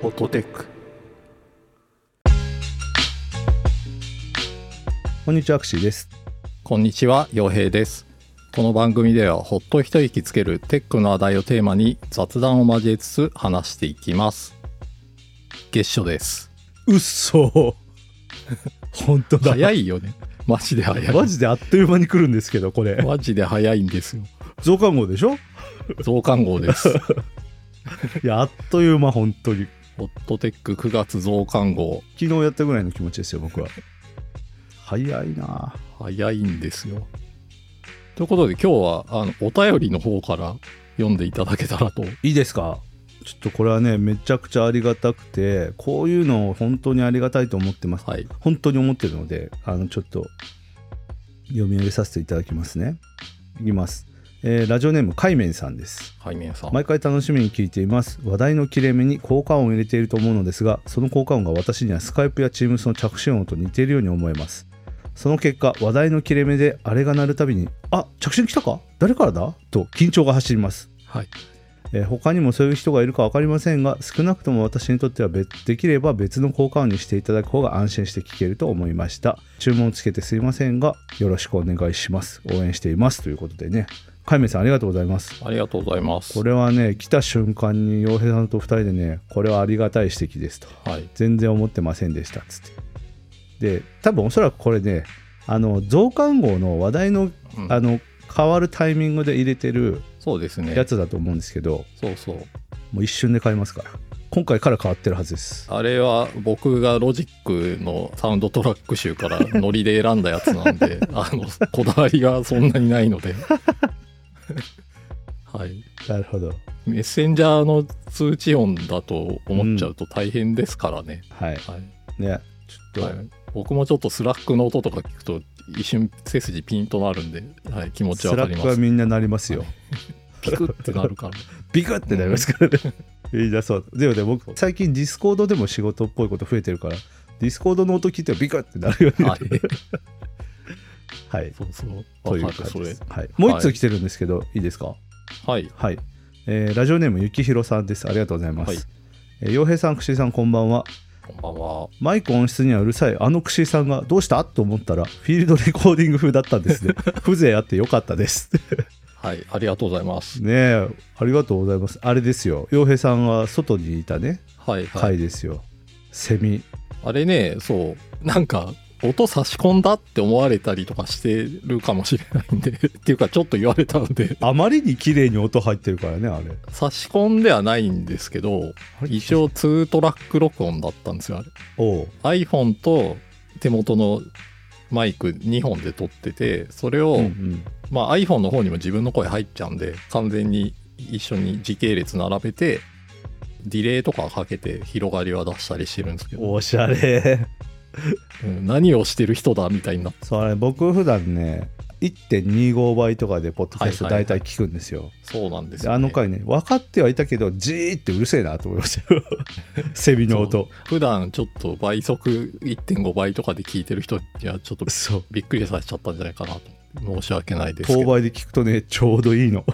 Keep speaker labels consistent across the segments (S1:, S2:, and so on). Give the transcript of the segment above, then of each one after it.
S1: フォトテック
S2: こんにちは、アクシーです。
S3: こんにちは、洋平です。この番組ではほっと一息つけるテックの話題をテーマに雑談を交えつつ話していきます。月初です。
S2: うっそ本当だ。
S3: 早いよね。マジで早い。
S2: マジであっという間に来るんですけど、これ。
S3: マジで早いんですよ。
S2: 増刊号でしょ
S3: 増刊 号です。
S2: いや、あっという間、本当に。
S3: ホットテック9月増刊号。
S2: 昨日やったぐらいの気持ちですよ、僕は。早いな
S3: 早いんですよ。ということで今日はあのお便りの方から読んでいただけたらと。
S2: いいですかちょっとこれはね、めちゃくちゃありがたくて、こういうのを本当にありがたいと思ってます。
S3: はい。
S2: 本当に思ってるので、あの、ちょっと読み上げさせていただきますね。いきます。えーラジオネーム、海面さんです。
S3: はい、皆さん。
S2: 毎回楽しみに聞いています話題の切れ目に効果音を入れていると思うのですがその効果音が私にはスカイプや Teams の着信音と似ているように思えますその結果話題の切れ目であれが鳴るたびに「あ着信来たか誰からだ?」と緊張が走ります
S3: はい。
S2: えー他にもそういう人がいるか分かりませんが少なくとも私にとっては別できれば別の効果音にしていただく方が安心して聞けると思いました注文つけてすいませんがよろしくお願いします応援していますということでね海明さんありがとうございます
S3: ありがとうございます。
S2: これはね来た瞬間に洋平さんと2人でねこれはありがたい指摘ですと
S3: はい。
S2: 全然思ってませんでしたっつってで多分おそらくこれねあの増刊号の話題の
S3: うん
S2: あの変わるタイミングで入れてる
S3: そうです
S2: や
S3: ね。
S2: つだと思うんですけど
S3: そうそう。
S2: もう一瞬で変えますから今回から変わってるはずです
S3: あれは僕がロジックのサウンドトラック集からノリで選んだやつなん であのこだわりがそんなにないのではい
S2: なるほど
S3: メッセンジャーの通知音だと思っちゃうと大変ですからね、
S2: はい
S3: はい
S2: ねちょっ
S3: は
S2: と
S3: い、僕もちょっとスラックの音とか聞くと一瞬背筋ピンとなるんで、はい、気持ち
S2: ス
S3: わか
S2: ラ
S3: り
S2: ッ
S3: ま
S2: クは
S3: す
S2: みんななりますよ
S3: ピクってなるから
S2: ビクってなりますからね。 いいだそう。でもね、僕、最近ディスコードでも仕事っぽいこと増えてるから、ディスコードの音聞いてはビクってなるように。
S3: はい
S2: はい。
S3: そうそう
S2: という
S3: わ
S2: 感
S3: かる
S2: じ
S3: そ
S2: で
S3: れ
S2: す。はい、もう一通来てるんですけど、い、いですか
S3: はい
S2: はい、えーラジオネーム、ゆきひろさんです。ありがとうございます。
S3: はい
S2: えー洋平さん、くしーさん、こんばんは。
S3: こんばんは
S2: マイク音質にはうるさい、あのくしーさんが、どうしたと思ったら、フィールドレコーディング風だったんです ね。風情あってよかったです。
S3: はいありがとうございます
S2: ねえ、ありがとうございます。あれですよ、洋平さんは外にいたね、
S3: はいはい
S2: 回ですよ。セミ
S3: あれね、そう、なんか、音差し込んだって思われたりとかしてるかもしれないんで、 っていうか、ちょっと言われたので、
S2: あまりに綺麗に音入ってるからねあれ
S3: 差し込んではないんですけど、一応2トラック録音だったんですよ、あ
S2: おう
S3: れ。iPhone と手元のマイク2本で撮ってて、それを、
S2: うんうん
S3: まあ、iPhone の方にも自分の声入っちゃうんで、完全に一緒に時系列並べて、ディレイとかかけて広がりは出したりしてるんですけど、
S2: おしゃれ
S3: うん何をしてる人だみたいになって
S2: それ僕普段ね1.25倍とかでポッドキャスト
S3: はいはいは
S2: 大
S3: い
S2: 体聞くんですよ、
S3: そうなんです
S2: で
S3: よ、ね。
S2: あの回ね分かってはいたけどじーってうるせえなと思いましたよ セミの音
S3: 普段ちょっと倍速1.5倍とかで聞いてる人にはちょっと
S2: そう
S3: びっくりさせちゃったんじゃないかなと申し訳ないですけ
S2: 当
S3: ど
S2: 倍で聞くとねちょうどいいの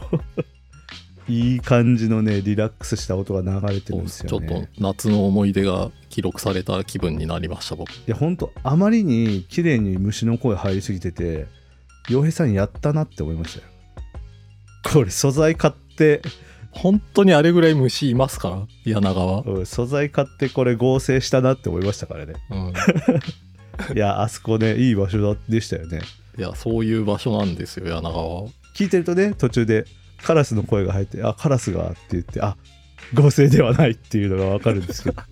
S2: いい感じのねリラックスした音が流れてるんです
S3: ちょ
S2: よ
S3: っ
S2: ね
S3: と夏の思い出が記録された気分になりました僕
S2: いや本当あまりに綺麗に虫の声入りすぎてて洋平さんやったなって思いましたよこれ素材買って、
S3: 本当にあれぐらい虫いますから柳川、
S2: うん素材買ってこれ合成したなって思いましたからね
S3: うん、
S2: いやあそこねいい場所だでしたよね
S3: いやそういう場所なんですよ柳川
S2: 聞いてるとね途中でカラスの声が入ってあカラスがって言ってあ合成ではないっていうのがわかるんですけ どあ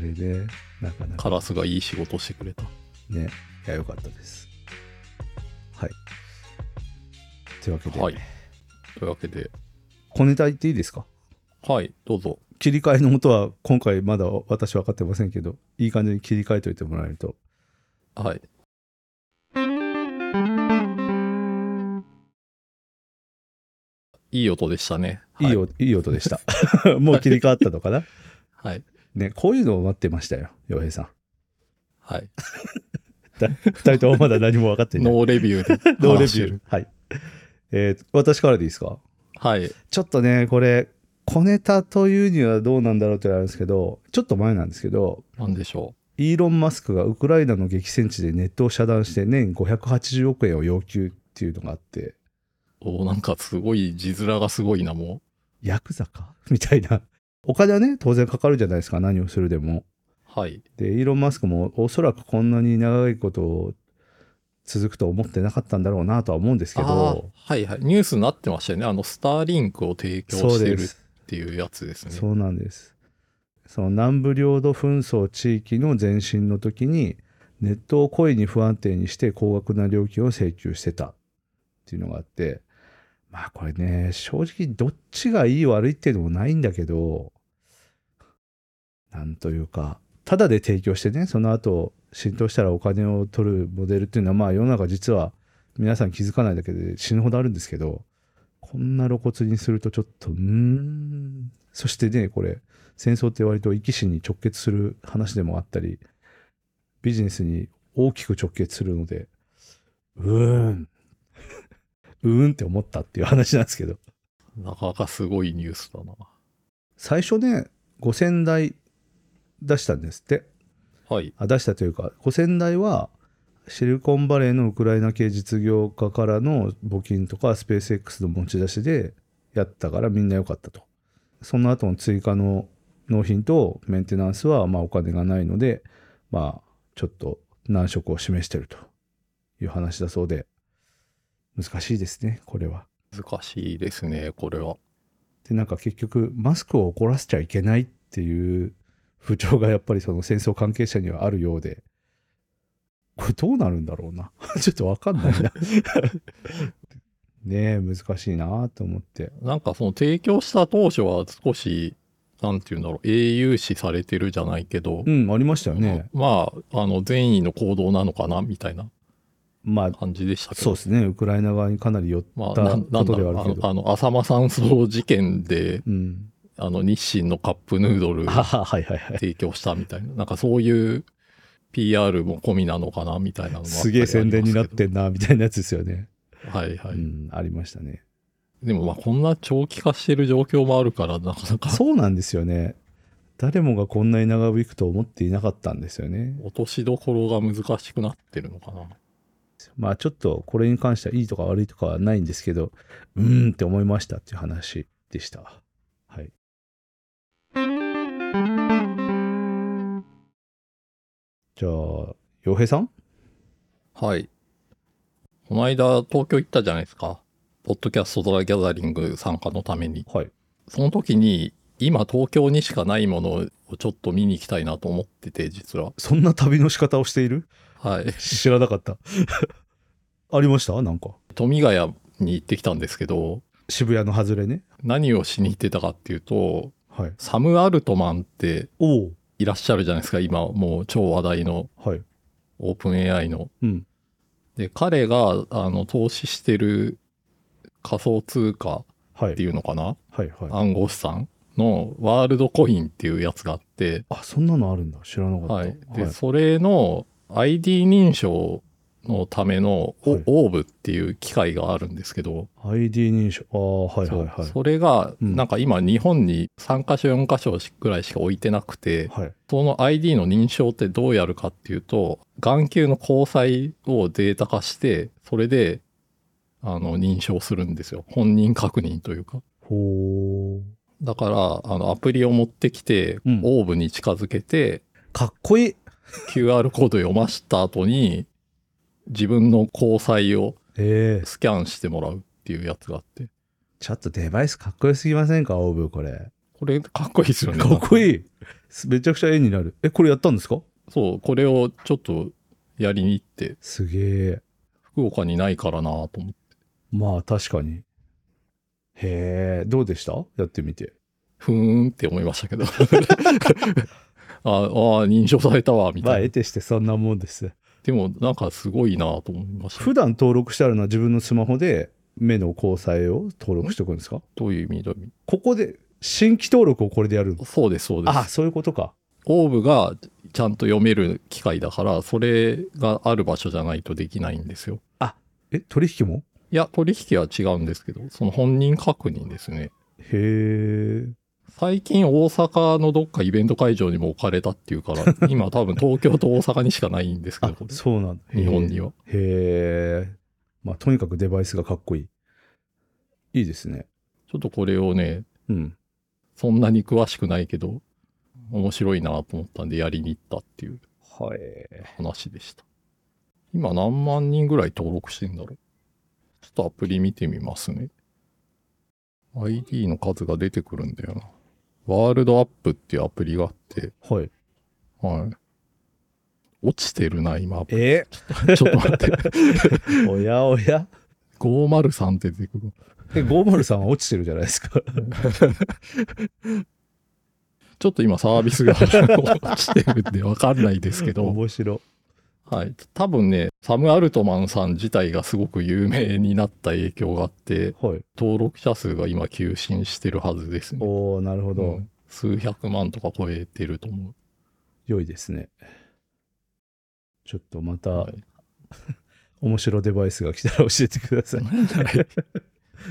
S2: れねなかなか
S3: カラスがいい仕事してくれた
S2: ねいやよかったですはいというわけで、
S3: はいというわけで
S2: 小ネタ言っていいですか
S3: はいどうぞ
S2: 切り替えの音は今回まだ私分かってませんけどいい感じに切り替えといてもらえると
S3: はいいい音でしたね。
S2: いい,、
S3: は
S2: 音いい音でした もう切り替わったのかな
S3: はい。
S2: ねこういうのを待ってましたよ洋平さん
S3: はい。
S2: 2人ともまだ何も分かってない。
S3: ノーレビューで
S2: ノーレビ
S3: 話して
S2: ュー
S3: る。
S2: はい、えー私からでいいですか
S3: はい。
S2: ちょっとねこれ小ネタというにはどうなんだろうってのがあるんですけどちょっと前なんですけど
S3: なんでしょ
S2: イーロン・マスクがウクライナの激戦地でネットを遮断して年580億円を要求っていうのがあって
S3: う。おーなんかすごい、字面がすごいな、も
S2: ヤクザかみたいなお金はね当然かかるじゃないですか何をするでも
S3: う。はい。
S2: でイーロン・マスクもおそらくこんなに長いことを続くと思ってなかったんだろうなとは思うんですけ
S3: あ
S2: ど
S3: ーはいはい。ニュースになってましたよね。あの、スターリンクを提供
S2: そう
S3: して
S2: で
S3: る
S2: す
S3: っていうやつですね。
S2: そうなんです。その南部領土紛争地域の前進の時にネットを故意に不安定にして高額な料金を請求してたっていうのがあってまあこれね正直どっちがいい悪いっていうのもないんだけどなんというかただで提供してねその後浸透したらお金を取るモデルっていうのはまあ世の中実は皆さん気づかないだけで死ぬほどあるんですけどこんな露骨にするとちょっとうーんそしてねこれ戦争って割と生き死に直結する話でもあったりビジネスに大きく直結するのでうーんうーんって思ったっていう話なんですけど
S3: なかなかすごいニュースだな。
S2: 最初ね5000台出したんですって
S3: はい。
S2: あ出したというか5000台はシリコンバレーのウクライナ系実業家からの募金とかスペース X の持ち出しでやったからみんな良かったとその後の追加の納品とメンテナンスはまあお金がないのでまあちょっと難色を示してるという話だそうで難しいですねこれは。
S3: 難しいですね、これは。
S2: でなんか結局マスクを怒らせちゃいけないっていう風潮がやっぱりその戦争関係者にはあるようでこれどうなるんだろうな ちょっとわかんないなねえ難しいなと思って
S3: なんかその提供した当初は少し、なんていうんだろう、英雄視されてるじゃないけど、
S2: うんありましたよね
S3: まあ、あの、善意の行動なのかな、みたいな
S2: まあ
S3: 感じでしたけど。
S2: そうですねウクライナ側にかなり寄っ
S3: まあ、
S2: た
S3: な
S2: こ
S3: んなんだ
S2: とでは
S3: ろう
S2: あ
S3: あ
S2: るけ
S3: の
S2: ど
S3: あの浅間山荘事件で
S2: うん
S3: あの日清のカップヌードル
S2: あはははいはいはい
S3: 提供したみたいななんかそういう PR も込みなのかなみたいなのもあったり
S2: すげえ宣伝になっ
S3: あり
S2: てんなみたいなやつですよね、
S3: ますけどはいはい、
S2: うんありましたね
S3: でもまあこんな長期化してる状況もあるからなかなか
S2: そうなんですよね誰もがこんなに長引くと思っていなかったんですよね
S3: 落としどころが難しくなってるのかな
S2: まあちょっとこれに関してはいいとか悪いとかはないんですけど、うーんって思いましたっていう話でした。はい。じゃあ、洋平さん
S3: はいこの間東京行ったじゃないですかポッドキャストドラギャザリング参加のために
S2: はい。
S3: その時に今東京にしかないものをちょっと見に行きたいなと思ってて実は
S2: そんな旅の仕方をしている
S3: はい。
S2: 知らなかった。 ありましたなんか。
S3: 富ヶ谷に行ってきたんですけど、
S2: 渋谷の外れね。
S3: 何をしに行ってたかっていうと、
S2: はい。
S3: サム・アルトマンって
S2: おお
S3: いらっしゃるじゃないですか。今もう超話題の
S2: はい。
S3: オープン AI の。
S2: うん。
S3: で、彼が、あの、投資してる仮想通貨
S2: は
S3: って
S2: い。
S3: いうのかな
S2: はいはい。
S3: 暗号資産のワールドコインっていうやつがあって、
S2: あ、そんなのあるんだ。知らなかった。
S3: はい。で、それの ID 認証のためのオ
S2: はい
S3: オーブっていう機械があるんですけど、
S2: ID 認証。ああ、はいはい
S3: そう
S2: は
S3: それが、
S2: うん
S3: なんか今日本に3カ所4カ所ぐらいしか置いてなくて、
S2: い。はい。
S3: その ID の認証ってどうやるかっていうと、眼球の交際をデータ化して、それで、あの、認証するんですよ。本人確認というか。
S2: ほー。
S3: だから、あの、アプリを持ってきて、
S2: うん
S3: オーブに近づけて、
S2: かっこいい
S3: QR コード読ました後に、自分の交際を
S2: ええ
S3: スキャンしてもらうっていうやつがあって。
S2: ちょっとデバイスかっこよすぎませんかオーブこれ。
S3: これ、かっこいいですよね。
S2: かっこいいめちゃくちゃ絵になる。え、これやったんですか
S3: そう、これをちょっとやりに行って、
S2: すげえ。
S3: 福岡にないからなと思って。
S2: まあ確かに。へえ、どうでしたやってみて。
S3: ふーんって思いまし たけど。あ あ、認証されたわ、み
S2: まあ
S3: たい
S2: 得て
S3: な。
S2: してそんなもんです。
S3: でも、なんかすごいなと思いました。
S2: 普段登録してあるのは自分のスマホで目の交際を登録しておくんですか
S3: どういう意味だ
S2: ここで新規登録をこれでやるの
S3: そうです、そうで
S2: あ、
S3: す。
S2: そういうことか。
S3: オーブがちゃんと読める機械だから、それがある場所じゃないとできないんですよ。
S2: え、取引も
S3: いや、取引は違うんですけど、その本人確認ですね。
S2: へえ。
S3: 最近大阪のどっかイベント会場にも置かれたっていうから 今多分東京と大阪にしかないんですけ
S2: あ
S3: どこれ
S2: そうなんだ
S3: 日本には
S2: へえまあとにかくデバイスがかっこいいいいですね
S3: ちょっとこれをね
S2: うん
S3: そんなに詳しくないけど面白いなと思ったんでやりに行ったっていう
S2: はい
S3: 話でした今何万人ぐらい登録してんだろうちょっとアプリ見てみますね ID の数が出てくるんだよなワールドアップっていうアプリがあって
S2: はい
S3: はい落ちてるな今ち
S2: え
S3: ょっと 待って
S2: おやお や
S3: 503って出てくる
S2: え503は落ちてるじゃないですか
S3: ちょっと今サービスが 落ちてるんでわかんないですけど、
S2: 面白
S3: はい。多分ね、サム・アルトマンさん自体がすごく有名になった影響があって、
S2: はい
S3: 登録者数が今急進してるはずですね。
S2: おおなるほど、
S3: うん数百万とか超えてると思う。
S2: 良いですねちょっとまた、
S3: はい
S2: 面白デバイスが来たら教えてください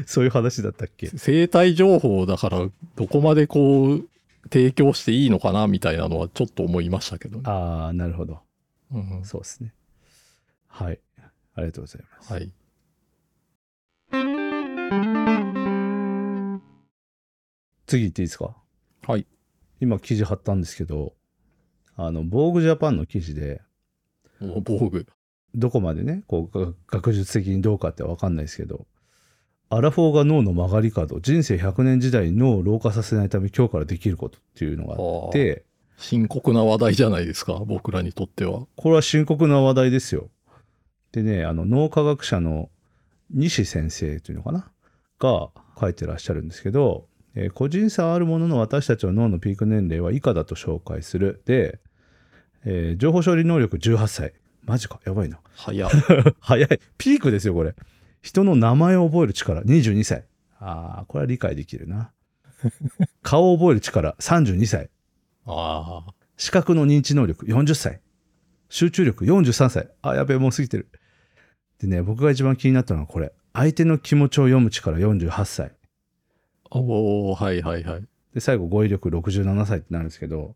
S2: そういう話だったっけ
S3: 生体情報だから、どこまでこう、提供していいのかなみたいなのはちょっと思いましたけどね。
S2: ああなるほど
S3: うん
S2: そうですねはいありがとうございます、
S3: はい。
S2: 次行っていいですか
S3: はい。
S2: 今記事貼ったんですけどあの防具ジャパンの記事で
S3: もう防具。
S2: どこまでねこうが学術的にどうかって分かんないですけどアラフォーが脳の曲がり角人生100年時代に脳を老化させないため今日からできることっていうのがあって
S3: 深刻な話題じゃないですか、僕らにとっては。
S2: これは深刻な話題ですよ。でねあの脳科学者の西先生というのかなが書いてらっしゃるんですけど、えー個人差はあるものの私たちの脳のピーク年齢は以下だと紹介するで、えー情報処理能力18歳マジかやばいな
S3: 早い。
S2: 早いピークですよこれ人の名前を覚える力22歳あーこれは理解できるな顔を覚える力32歳
S3: ああ、
S2: 視覚の認知能力40歳。集中力43歳。あ、やべえ、もう過ぎてる。でね、僕が一番気になったのはこれ。相手の気持ちを読む力48歳。
S3: おおはいはいはい。
S2: で、最後、語彙力67歳ってなるんですけど、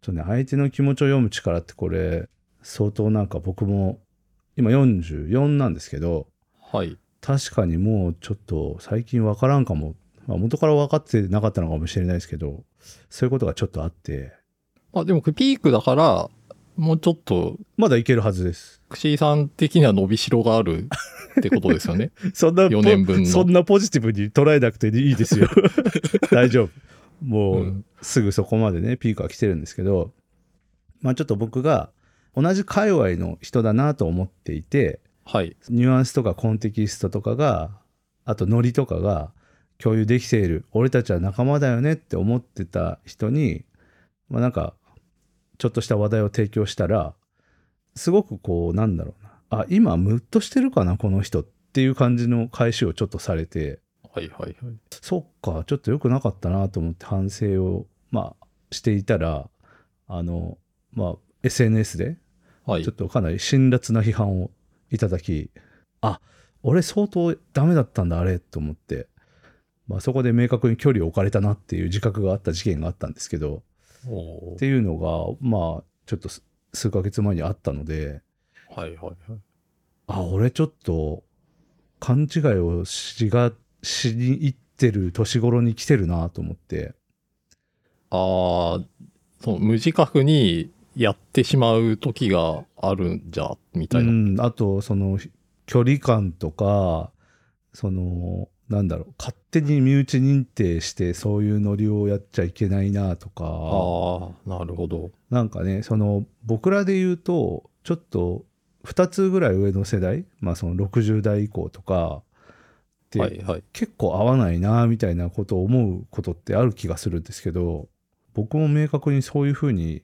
S2: ちょっとね、相手の気持ちを読む力ってこれ、相当なんか僕も、今44なんですけど、
S3: はい。
S2: 確かにもうちょっと最近わからんかも。まあ、元から分かってなかったのかもしれないですけど、そういうことがちょっとあって、
S3: まあでもピークだから、もうちょっと、
S2: まだいけるはずです。
S3: クシーさん的には伸びしろがあるってことです よね。
S2: そんなポ、
S3: 4年分の
S2: そんなポジティブに捉えなくていいです よ。大丈夫。もう、
S3: うん
S2: すぐそこまでね、ピークは来てるんですけど、まあちょっと僕が同じ界隈の人だなと思っていて、
S3: はい。
S2: ニュアンスとかコンテキストとかが、あとノリとかが共有できている、俺たちは仲間だよねって思ってた人に、まあなんか、ちょっとした話題を提供したら、すごくこう、なんだろうな、あ、今ムッとしてるかな、この人っていう感じの返しをちょっとされて、
S3: はいはいはい。
S2: そっか、ちょっと良くなかったなと思って反省を、まあ、していたら、あの、まあ、SNS で、
S3: はい
S2: ちょっ。とかなり辛辣な批判をいただき、あ、俺相当ダメだったんだ、あれ、と思って、まあ、そこで明確に距離を置かれたなっていう自覚があった事件があったんですけど、
S3: お
S2: っ
S3: ー
S2: ていうのが、まあ、ちょっとす数ヶ月前にあったので、
S3: はいはいはい。
S2: あ、俺ちょっと勘違いをしが、しに行ってる年頃に来てるなと思って、
S3: ああ、その無自覚にやってしまう時があるんじゃ、みたいうな。
S2: ん、あとそのひ距離感とかそのなんだろう勝手に身内認定してそういうノリをやっちゃいけないなとか
S3: ああ、なるほど。
S2: なんかねその僕らで言うとちょっと2つぐらい上の世代、まあ、その60代以降とかって、
S3: はいはい。
S2: 結構合わないなみたいなことを思うことってある気がするんですけど僕も明確にそういうふうに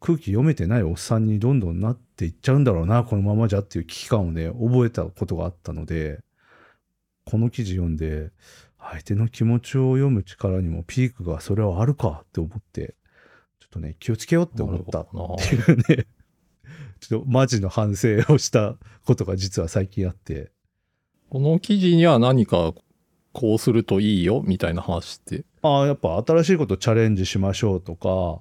S2: 空気読めてないおっさんにどんどんなっていっちゃうんだろうなこのままじゃっていう危機感をね覚えたことがあったのでこの記事読んで相手の気持ちを読む力にもピークがそれはあるかって思ってちょっとね気をつけようって思った
S3: な
S2: っ
S3: るほどな
S2: ていうねちょっとマジの反省をしたことが実は最近あって
S3: この記事には何かこうするといいよみたいな話って。
S2: ああやっぱ新しいことチャレンジしましょうとか、あ
S3: あ、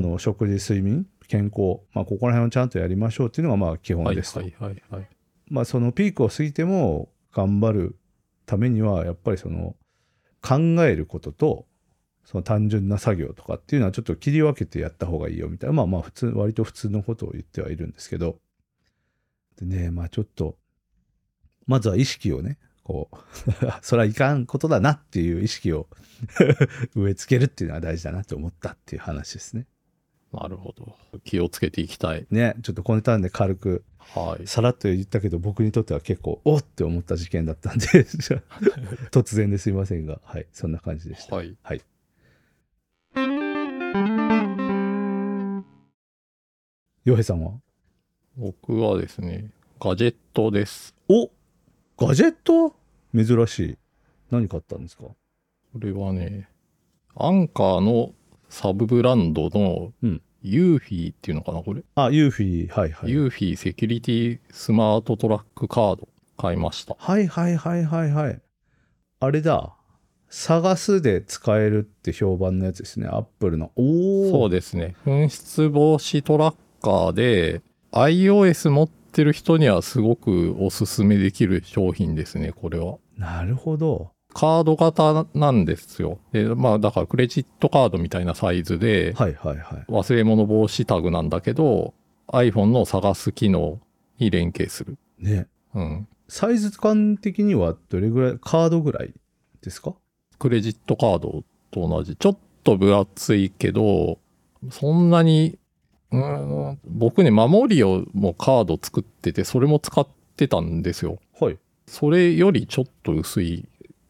S2: の食事睡眠健康、まあ、ここら辺をちゃんとやりましょうっていうのがまあ基本
S3: はい
S2: で
S3: は
S2: すと、
S3: いはいはい。
S2: まあ、そのピークを過ぎても頑張るためにはやっぱりその考えることとその単純な作業とかっていうのはちょっと切り分けてやった方がいいよみたいなまあまあ普通割と普通のことを言ってはいるんですけどでねまあちょっとまずは意識をねこう それはいかんことだなっていう意識を 植え付けるっていうのは大事だなと思ったっていう話ですね。
S3: なるほど。気をつけていきたい。
S2: ねちょっとこのターンで軽く
S3: はい。
S2: さらっと言ったけど僕にとっては結構おっって思った事件だったんで じゃあ突然ですいませんがはいそんな感じでした
S3: はい。
S2: はい洋平さんは
S3: 僕はですね、ガジェットです。
S2: おガジェット珍しい何買ったんですか
S3: これはね、アンカーのサブブランドの
S2: うん
S3: ユーフィーっていうのかな、これ。
S2: あユーフィーはいはい
S3: ユーフィーセキュリティスマートトラックカード買いました。
S2: はいはいはいはいはいあれだ探すで使えるって評判のやつですねアップルのおお
S3: そうですね。紛失防止トラッカーで、iOS 持ってる人にはすごくおすすめできる商品ですね、これは。
S2: なるほど
S3: カード型なんですよ。で、まあだからクレジットカードみたいなサイズで、
S2: はいはいはい
S3: 忘れ物防止タグなんだけど、iPhone の探す機能に連携する。
S2: ね
S3: うん。
S2: サイズ感的にはどれぐらいカードぐらいですか
S3: クレジットカードと同じ。ちょっと分厚いけど、そんなに、うーん、僕ね、守りをもうカード作ってて、それも使ってたんですよ。
S2: はい
S3: それよりちょっと薄い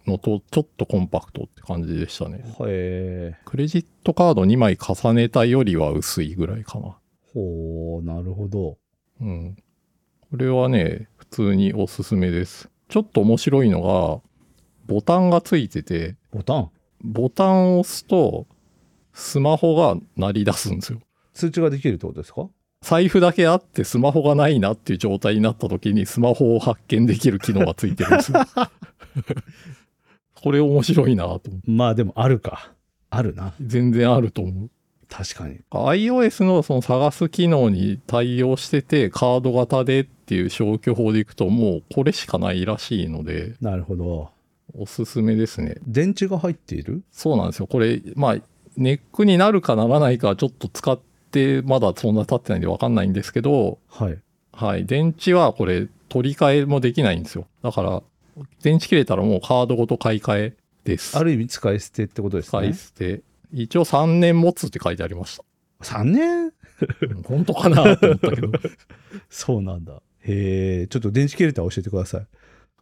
S3: のと、ちょっとコンパクトって感じでしたね。
S2: へえ
S3: クレジットカード2枚重ねたよりは薄いぐらいかな。
S2: ほうなるほど
S3: うん。これはね、普通におすすめです。ちょっと面白いのが、ボタンがついてて、
S2: ボタン
S3: ボタンを押すと、スマホが鳴り出すんですよ。
S2: 通知ができるってことですか
S3: 財布だけあってスマホがないなっていう状態になった時にスマホを発見できる機能がついてるんですよ。 これ面白いなと思う。
S2: まあでもあるかあるな
S3: 全然あると思う。
S2: 確かに
S3: iOS のその探す機能に対応しててカード型でっていう消去法でいくともうこれしかないらしいので
S2: なるほど
S3: おすすめですね。
S2: 電池が入っている
S3: そうなんですよ。これ、まあ、ネックになるかならないかはちょっと使って、まだそんな経ってないんでわかんないんですけど、
S2: はい
S3: はい。電池はこれ、取り替えもできないんですよ。だから、電池切れたらもうカードごと買い替えです。
S2: ある意味使い捨てってことです
S3: 使い
S2: ね
S3: 捨て。一応3年持つって書いてありました。
S2: 3年
S3: うん本当かなと思ったけ ど。
S2: そうなんだへえちょっと電池切れたら教えてください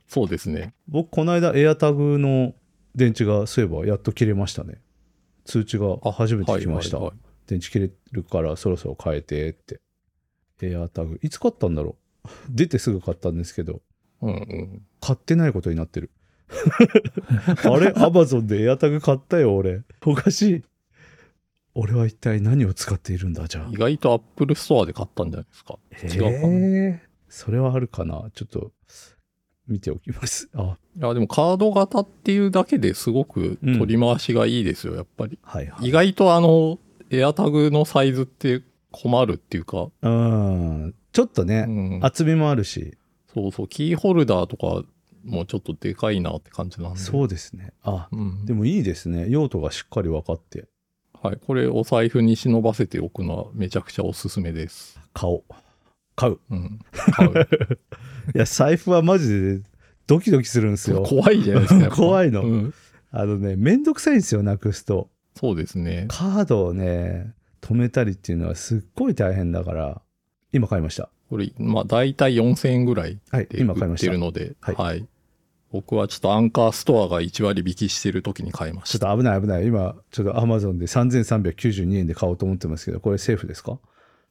S3: そうですね。
S2: 僕この間 AirTag の電池がそういえばやっと切れましたね通知が初めて来ました、
S3: はいはい
S2: 電池切れるからそろそろ変えてってエアタグいつ買ったんだろう出てすぐ買ったんですけど
S3: はいうんうん。
S2: 買ってないことになってる あれアマゾンでエアタグ買ったよ俺おかしい俺は一体何を使っているんだじゃあ
S3: 意外と Apple Store で買ったんじゃないですか。違うかな。い
S2: へえそれはあるかなちょっと見ておきますあ
S3: や、でもカード型っていうだけですごく取り回しがいいですよ、やっぱり。
S2: はいはい
S3: 意外とあの、エアタグのサイズって困るっていうか、
S2: うんちょっと
S3: う
S2: ね、
S3: ん、
S2: 厚みもあるし、
S3: そうそう、キーホルダーとかもちょっとでかいなって感じなんで。
S2: そうですねあ
S3: うん。
S2: でもいいですね用途がしっかり分かって
S3: はい。これお財布に忍ばせておくのはめちゃくちゃおすすめです。
S2: 買おう買う
S3: うん。買う
S2: いや財布はマジでドキドキするんですよ
S3: 怖いじゃないですか。やっ ぱ
S2: 怖いの
S3: うん
S2: あのねめんどくさいんですよなくすと
S3: そうですね。
S2: カードをね止めたりっていうのはすっごい大変だから今買いました
S3: これ、まあ大体4000円ぐらい
S2: はい
S3: で
S2: 今買い
S3: 売
S2: ま
S3: っ
S2: してた
S3: る
S2: ちょ
S3: ので、
S2: はい
S3: はい。僕はちょっとアンカーストアが1割引きしてる時に買いまし。
S2: ったと危ない危ない今ちょっとアマゾンで3392円で買おうと思ってますけどこれセーフですか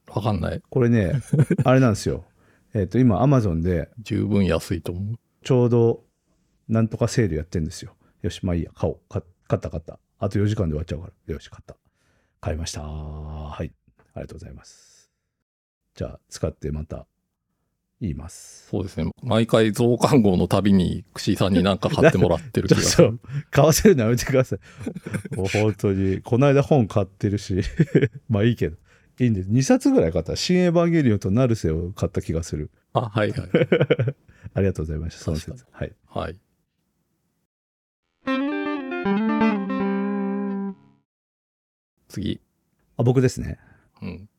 S3: わかんない。
S2: これ ねあれなんですよえっ、と今アマゾンで
S3: 十分安いと思う。
S2: ちょうどなんとかセールやってんですよよしまあいいや買おうか買った買ったあと4時間で終わっちゃうからよし買った買いましたはいありがとうございますじゃあ使ってまた言います。
S3: そうですね。毎回増刊号のたびに、串井さんになんか買ってもらって る
S2: ち
S3: 気
S2: ょ
S3: が
S2: っ
S3: する。
S2: と、買わせるのやめてください。 もう本当に、この間本買ってるし、 まあいいけど。いいんです。2冊ぐらい買った。新エヴァンゲリオンとナルセを買った気がする。
S3: あ、はいはい。
S2: ありがとうございました。その説。はい。
S3: はい。次。
S2: あ、僕ですね。
S3: うん。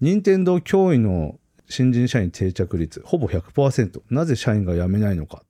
S2: 任天堂脅威の新人社員定着率、ほぼ100%。なぜ社員が辞めないのか。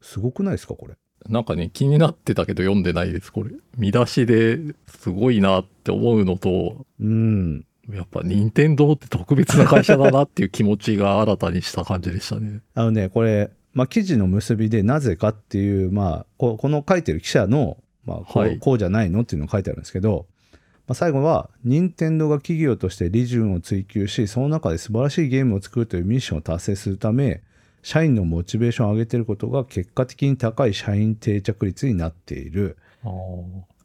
S2: すごくないですか、これ。
S3: なんかね、気になってたけど読んでないです、これ。見出しですごいなって思うのと、
S2: うん。
S3: やっぱ任天堂って特別な会社だなっていう気持ちが新たにした感じでしたね。
S2: あのね、これ、まあ、記事の結びでなぜかっていう、まあ、ここの書いてる記者の、まあこう
S3: はい
S2: こうじゃないのっていうのが書いてあるんですけど、まあ、最後は、任天堂が企業として利潤を追求し、その中で素晴らしいゲームを作るというミッションを達成するため、社員のモチベーションを上げていることが結果的に高い社員定着率になっている。
S3: あ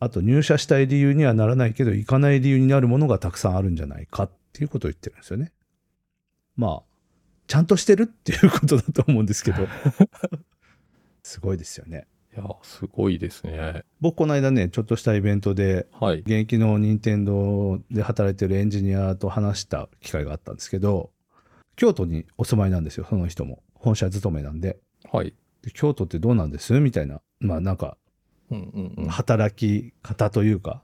S2: あと入社したい理由にはならないけど行かない理由になるものがたくさんあるんじゃないかっていうことを言ってるんですよね。まあちゃんとしてるっていうことだと思うんですけど すごいですよね。
S3: あ。いや、すごいですね。
S2: 僕この間ねちょっとしたイベントで
S3: はい。
S2: 現役の任天堂で働いてるエンジニアと話した機会があったんですけど京都にお住まいなんですよその人も本社勤めなんで
S3: はい。
S2: で京都ってどうなんですみたいなまあなんか
S3: うんうんうん。
S2: 働き方というか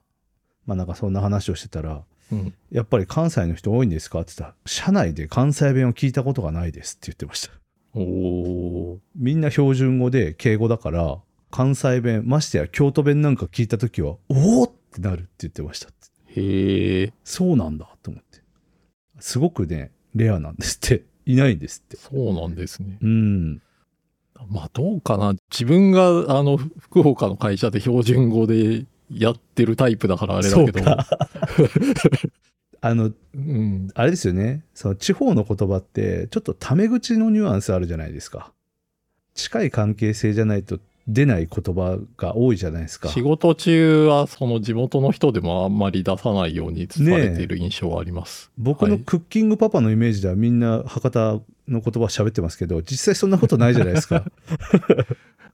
S2: まあなんかそんな話をしてたら
S3: うん、
S2: やっぱり関西の人多いんですかって言ったら、社内で関西弁を聞いたことがないですって言ってました。
S3: おー
S2: みんな標準語で敬語だから、関西弁、ましてや京都弁なんか聞いた時は、おおってなるって言ってましたって。
S3: へえ、
S2: そうなんだと思って。すごくね、レアなんですって。いないんですって。
S3: そうなんですね。
S2: うん。
S3: まあどうかな。自分が、あの、福岡の会社で標準語でやってるタイプだからあれだけど。
S2: そうかあの、
S3: うん。
S2: あれですよね。その地方の言葉って、ちょっとタメ口のニュアンスあるじゃないですか。近い関係性じゃないと出ない言葉が多いじゃないですか。
S3: 仕事中は、その地元の人でもあんまり出さないように伝えている印象があります。
S2: 僕
S3: は
S2: の
S3: い
S2: クッキングパパのイメージではみんな博多の言葉喋ってますけど実際そんなことないじゃないです か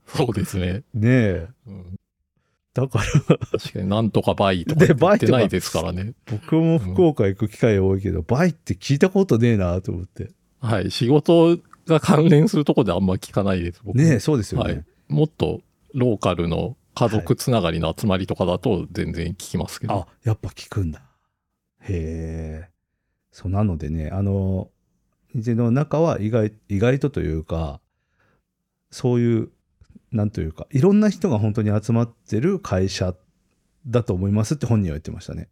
S3: そうですね。
S2: ねえ
S3: うん、
S2: だから
S3: 確かになんとかバイとか
S2: で
S3: 言
S2: バイ
S3: っ
S2: と
S3: て
S2: か
S3: ないですからね。
S2: 僕も福岡行く機会多いけど、バイって聞いたことねえなと思って
S3: はい。仕事が関連するとこであんま聞かないです。僕
S2: ねえそうですよね、
S3: はいもっとローカルの家族つながりの集まりとかだと全然聞きますけど。
S2: あやっぱ聞くんだへえそうなのでねあの店の中は意外意外とというかそういうなんというかいろんな人が本当に集まってる会社だと思いますって本人は言ってましたね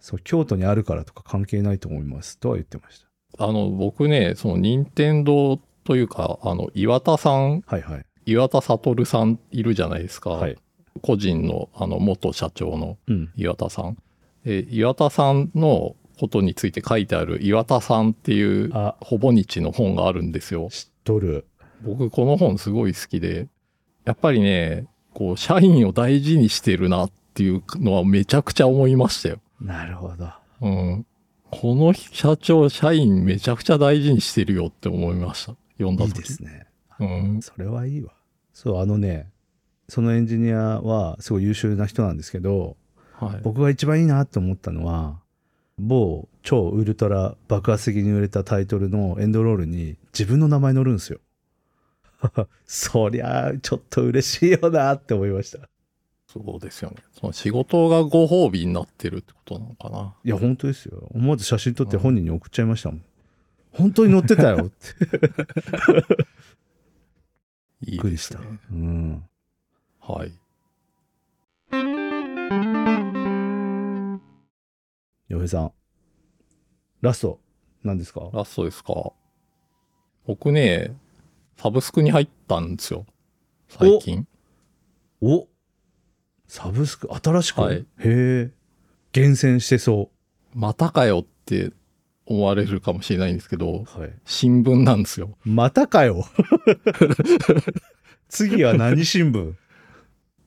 S2: そう京都にあるからとか関係ないと思いますとは言ってました
S3: あの、僕ね、その、任天堂というか、あの、岩田さん、
S2: はいはい
S3: 岩田悟さんいるじゃないですか。
S2: はい
S3: 個人の、あの、元社長の
S2: うん
S3: 岩田さん。え、岩田さんのことについて書いてある、岩田さんっていう、
S2: あ
S3: ほぼ日の本があるんですよ。
S2: 知っとる
S3: 僕、この本すごい好きで、やっぱりね、こう、社員を大事にしてるなっていうのはめちゃくちゃ思いましたよ。
S2: なるほど
S3: うん。この社長、社員めちゃくちゃ大事にしてるよって思いました。読んだ
S2: い
S3: 時
S2: いですね
S3: うん。
S2: それはいいわそうあのねそのエンジニアはすごい優秀な人なんですけど
S3: はい。
S2: 僕が一番いいなと思ったのは某超ウルトラ爆発的に売れたタイトルのエンドロールに自分の名前載るんですよ そりゃあちょっと嬉しいよなって思いましたい
S3: そうですよね。その仕事がご褒美になってるってことなのかな。
S2: や本当ですよ思わず写真撮って本人に送っちゃいましたもん、本当に載ってたよって
S3: い
S2: びっ
S3: い
S2: くり
S3: で
S2: し
S3: す
S2: た、
S3: ね。
S2: うん
S3: はい。
S2: 洋平さんラスト何ですか
S3: ラストですか。僕ね、サブスクに入ったんですよ。最近。
S2: おサブスク新しく、
S3: はい
S2: へえ厳選してそ
S3: またかよって思われるかもしれないんですけど、
S2: う、はい、
S3: 新聞なんですよ。
S2: またかよ 次は何新聞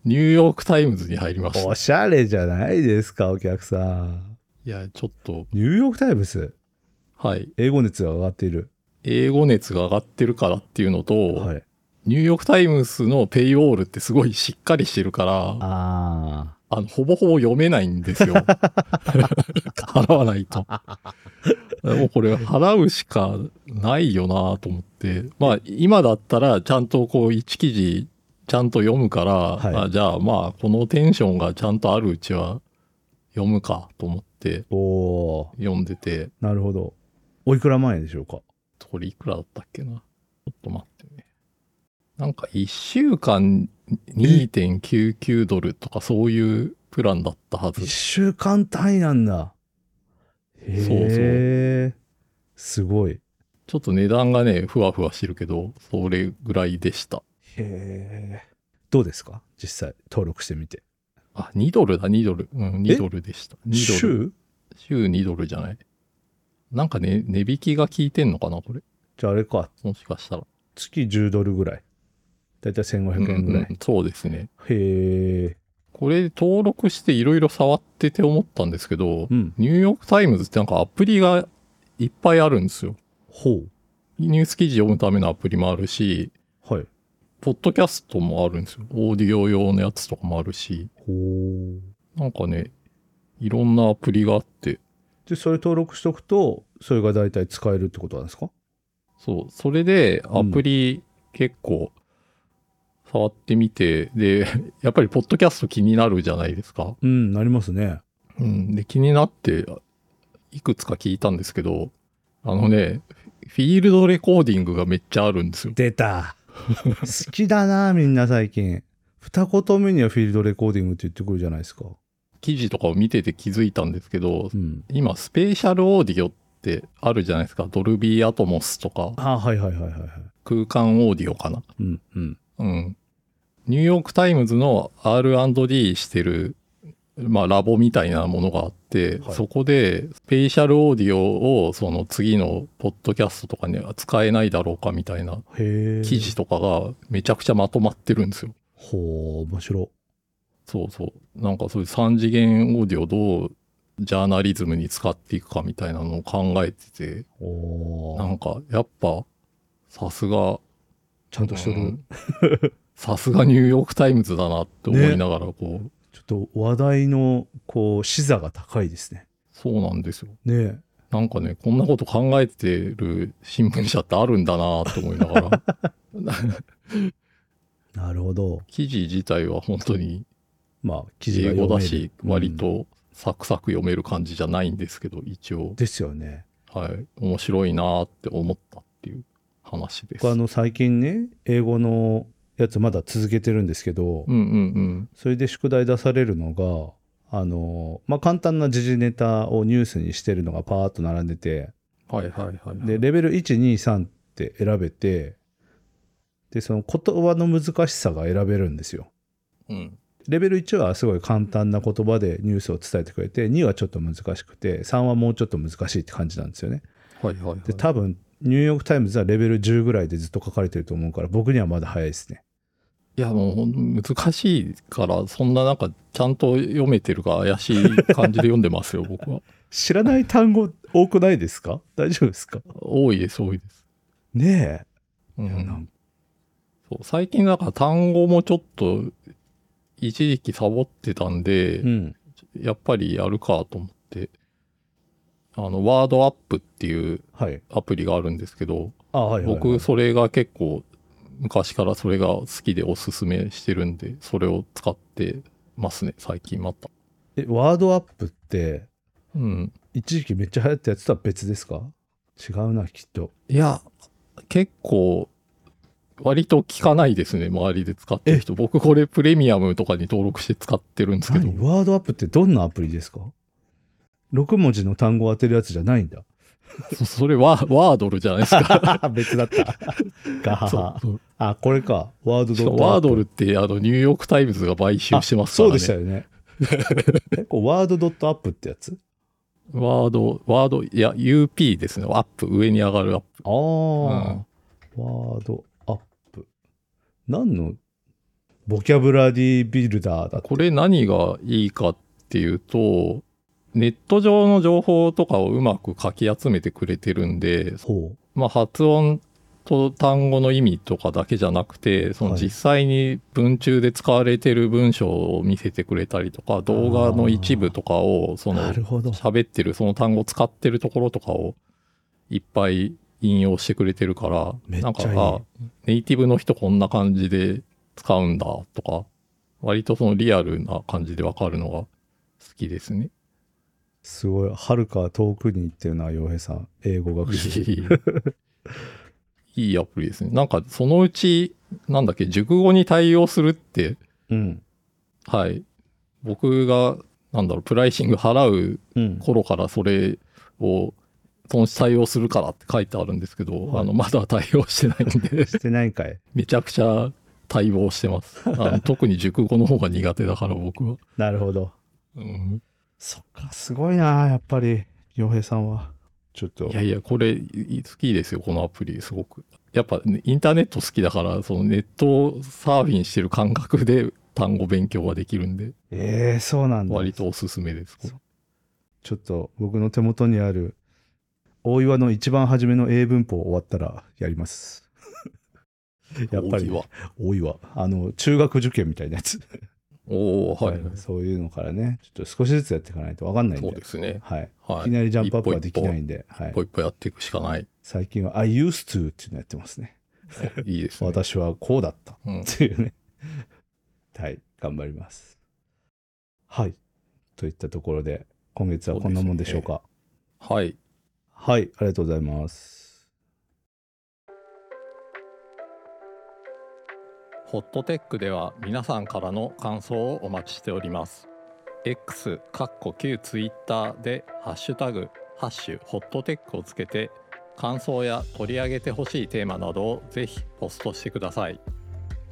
S3: ニューヨークタイムズに入りました。
S2: おしゃれじゃないですかお客さん
S3: いや、ちょっと、
S2: ニューヨーク・タイムズ
S3: はい。
S2: 英語熱が上がっている
S3: 英語熱が上がってるからっていうのと、
S2: はい。
S3: ニューヨークタイムズのペイウォールってすごいしっかりしてるから、
S2: あ
S3: あの、ほぼほぼ読めないんですよ。払わないと。もうこれ払うしかないよなと思って。まあ今だったらちゃんとこう一記事ちゃんと読むから、
S2: い
S3: あじゃあまあこのテンションがちゃんとあるうちは読むかと思って
S2: あ。おお
S3: 読んでて、
S2: ーなるほど。おいくら万円でしょうか
S3: これいくらだったっけな。ちょっと待ってね。なんか1週間2.99ドルとかそういうプランだったはず
S2: ?1。週間単位なんだ。へえ。すごい。へ
S3: ちょっと値段がね、ふわふわしてるけど、それぐらいでした。
S2: え。どうですか実際、登録してみて。
S3: あ、2ドルだ、2ドル。うん、2ドルでした。2ドル。
S2: 週
S3: 週2ドルじゃない。なんかね、値引きが効いてんのかな、これ。
S2: じゃああれか、
S3: もしかしたら。
S2: 月10ドルぐらい。だいたい1500円ぐらい。
S3: うんうんそうですね。
S2: へえ。
S3: これ登録していろいろ触ってて思ったんですけど、
S2: うん。
S3: ニューヨークタイムズってなんかアプリがいっぱいあるんですよ。
S2: ほ
S3: ニュース記事読むためのアプリもあるし、
S2: う。はい。
S3: ポッドキャストもあるんですよ。オーディオ用のやつとかもあるし、
S2: ほう。
S3: なんかね、いろんなアプリがあって、
S2: で、それ登録しとくと、それがだいたい使えるってことなんですか
S3: そう。それで、アプリ結構触ってみて、で、 やっぱりポッドキャスト気になるじゃないですか。
S2: うん、なりますね。
S3: うん。で、気になって、いくつか聞いたんですけど、あのね、フィールドレコーディングがめっちゃあるんですよ。
S2: 出 た。好きだな、みんな最近。二言目にはフィールドレコーディングって言ってくるじゃないですか。
S3: 記事とかを見てて気づいたんですけど
S2: う、ん。
S3: 今、スペシャルオーディオってあるじゃないですか。ドルビーアトモスとか、
S2: あはいはいはいはいはい。
S3: 空間オーディオかな。
S2: うん、うん。
S3: うん。ニューヨークタイムズの R&D してる、まあ、ラボみたいなものがあって、
S2: はい
S3: そこで、スペシャルオーディオを、その次のポッドキャストとかには使えないだろうかみたいな
S2: へえ。
S3: 記事とかがめちゃくちゃまとまってるんですよ。
S2: ほう、面白。
S3: そうそう。なんかそういう3次元オーディオをどうジャーナリズムに使っていくかみたいなのを考えてて、
S2: お
S3: な
S2: ー
S3: んかやっぱ、さすが
S2: ちゃんとしとる。
S3: うん さすがニューヨークタイムズだなって思いながらこう、
S2: ちょっと話題の、こう、視座が高いですね。
S3: そうなんですよ。
S2: ねえ。
S3: なんかね、こんなこと考えてる新聞社ってあるんだなと思いながら、
S2: なるほど。
S3: 記事自体は本当に
S2: まあ、記事が
S3: 英
S2: 読
S3: 語
S2: める
S3: だし、
S2: うん
S3: 割とサクサク読める感じじゃないんですけど、一応、
S2: ですよね。
S3: はい、面白いなって思ったっていう話です。
S2: 僕あの最近ね英語のやつまだ続けてるんですけど、
S3: うんうん
S2: それで宿題出されるのがあの、まあ、簡単な時事ネタをニュースにしてるのがパーッと並んでて
S3: うん。はいはいはい。
S2: でレベル123って選べてでその言葉の難しさが選べるんですよ。
S3: うん。
S2: レベル1はすごい簡単な言葉でニュースを伝えてくれて2はちょっと難しくて3はもうちょっと難しいって感じなんですよね。
S3: はいはいはい。
S2: で多分ニューヨーク・タイムズはレベル10ぐらいでずっと書かれてると思うから僕にはまだ早いですね。
S3: いやもうほん難しいから、そんななんかちゃんと読めてるか怪しい感じで読んでま すよ、僕は。
S2: 知らない単語多くないですか大丈夫ですか
S3: 多いです、多いです。
S2: ね
S3: う
S2: え。
S3: ん
S2: なんか
S3: そう最近なんか単語もちょっと一時期サボってたんで、
S2: うん。
S3: やっぱりやるかと思って、あの、ワードアップっていう
S2: はい。
S3: アプリがあるんですけど、
S2: あ、はいはいはい、
S3: 僕それが結構昔からそれが好きでおすすめしてるんで、それを使ってますね、最近また。
S2: え、ワードアップって、
S3: うん。
S2: 一時期めっちゃ流行ったやつとは別ですか違うな、きっと。
S3: いや、結構、割と聞かないですね、周りで使ってる人。僕これプレミアムとかに登録して使ってるんですけど
S2: 何。ワードアップってどんなアプリですか ?6 文字の単語を当てるやつじゃないん だ。
S3: そそれはワードルじゃないです か。
S2: 別だった。 ガハ
S3: そう
S2: ハ。
S3: そう
S2: あ、これか。ワード
S3: し
S2: ド
S3: か
S2: ッ
S3: も
S2: ト
S3: ワード
S2: アッ
S3: ルってあのニューヨークタイムズが買収
S2: プ
S3: してますか
S2: あ
S3: ら
S2: そう
S3: ね。
S2: でしたよね。 え、こうワードドットアップってやつ
S3: ワード、ワード、いや、UP ですね。アップ、上に上がるアップ。
S2: ああ、ワードアップ。何のボキャブラリービルダーだって
S3: これ何がいいかっていうと、ネット上の情報とかをうまくかき集めてくれてるんで、
S2: ほ
S3: まあ、発音と単語の意味とかだけじゃなくて、その
S2: はい。
S3: 実際に文中で使われてる文章を見せてくれたりとか、動画の一部とかを、そうの
S2: なるほど。
S3: 喋ってるその単語使ってるところとかをいっぱい引用してくれてるから
S2: めっちゃ
S3: ないん
S2: い
S3: かあネイティブの人こんな感じで使うんだとか割とそのリアルな感じでわかるのが好きですね。
S2: すごい。はるか遠くに行ってるな、洋平さん。英語学習。
S3: いいア プリですね。なんかそのうちなんだっけ熟語に対応するって
S2: うん。
S3: はい僕がなんだろうプライシング払う
S2: うん。
S3: 頃からそれを損失対応するからって書いてあるんですけど、
S2: はい
S3: あのまだ対応してないんで
S2: してないんかい。
S3: めちゃくちゃ対応してますあの特に熟語の方が苦手だから僕は、
S2: なるほど。
S3: うん
S2: そっか、すごいな、やっぱり、洋平さんは。ちょっと
S3: いやいやこれい好きですよこのアプリすごくやっぱ、ね、インターネット好きだからそのネットサーフィンしてる感覚で単語勉強ができるんで
S2: ええそうなんだ。
S3: 割とおすすめです、これ
S2: ちょっと僕の手元にある大岩の一番初めの英文法終わったらやります。やっぱり
S3: 大きいわ
S2: 大岩。あの、中学受験みたいなやつ。
S3: おおはい、
S2: そういうのからね、ちょっと少しずつやっていかないと分かんないん
S3: そう
S2: で
S3: で。すね
S2: はい。い
S3: は
S2: き
S3: い
S2: なりジャンプアップはできないんで、はい
S3: 一。歩一歩やっていくしかない
S2: 最近は I used to っていうのやってますね。
S3: いいですね、
S2: 私はこうだった。
S3: うん
S2: っていうね。 はい、頑張ります。はい。といったところで、今月はこんなもんでしょうか。
S3: はい
S2: はい、ありがとうございます。
S3: ホットテックでは皆さんからの感想をお待ちしております。X かっこ旧 Twitter でハッシュタグハッシュホットテックをつけて感想や取り上げてほしいテーマなどをぜひポストしてください。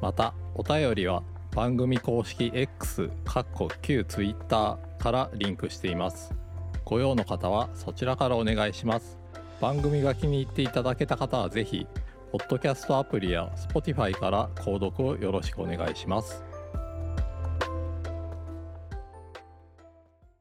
S3: またお便りは番組公式 X かっこ旧 Twitter からリンクしています。ご用の方はそちらからお願いします。番組が気に入っていただけた方はぜひポッドキャストアプリや Spotify から購読をよろしくお願いします。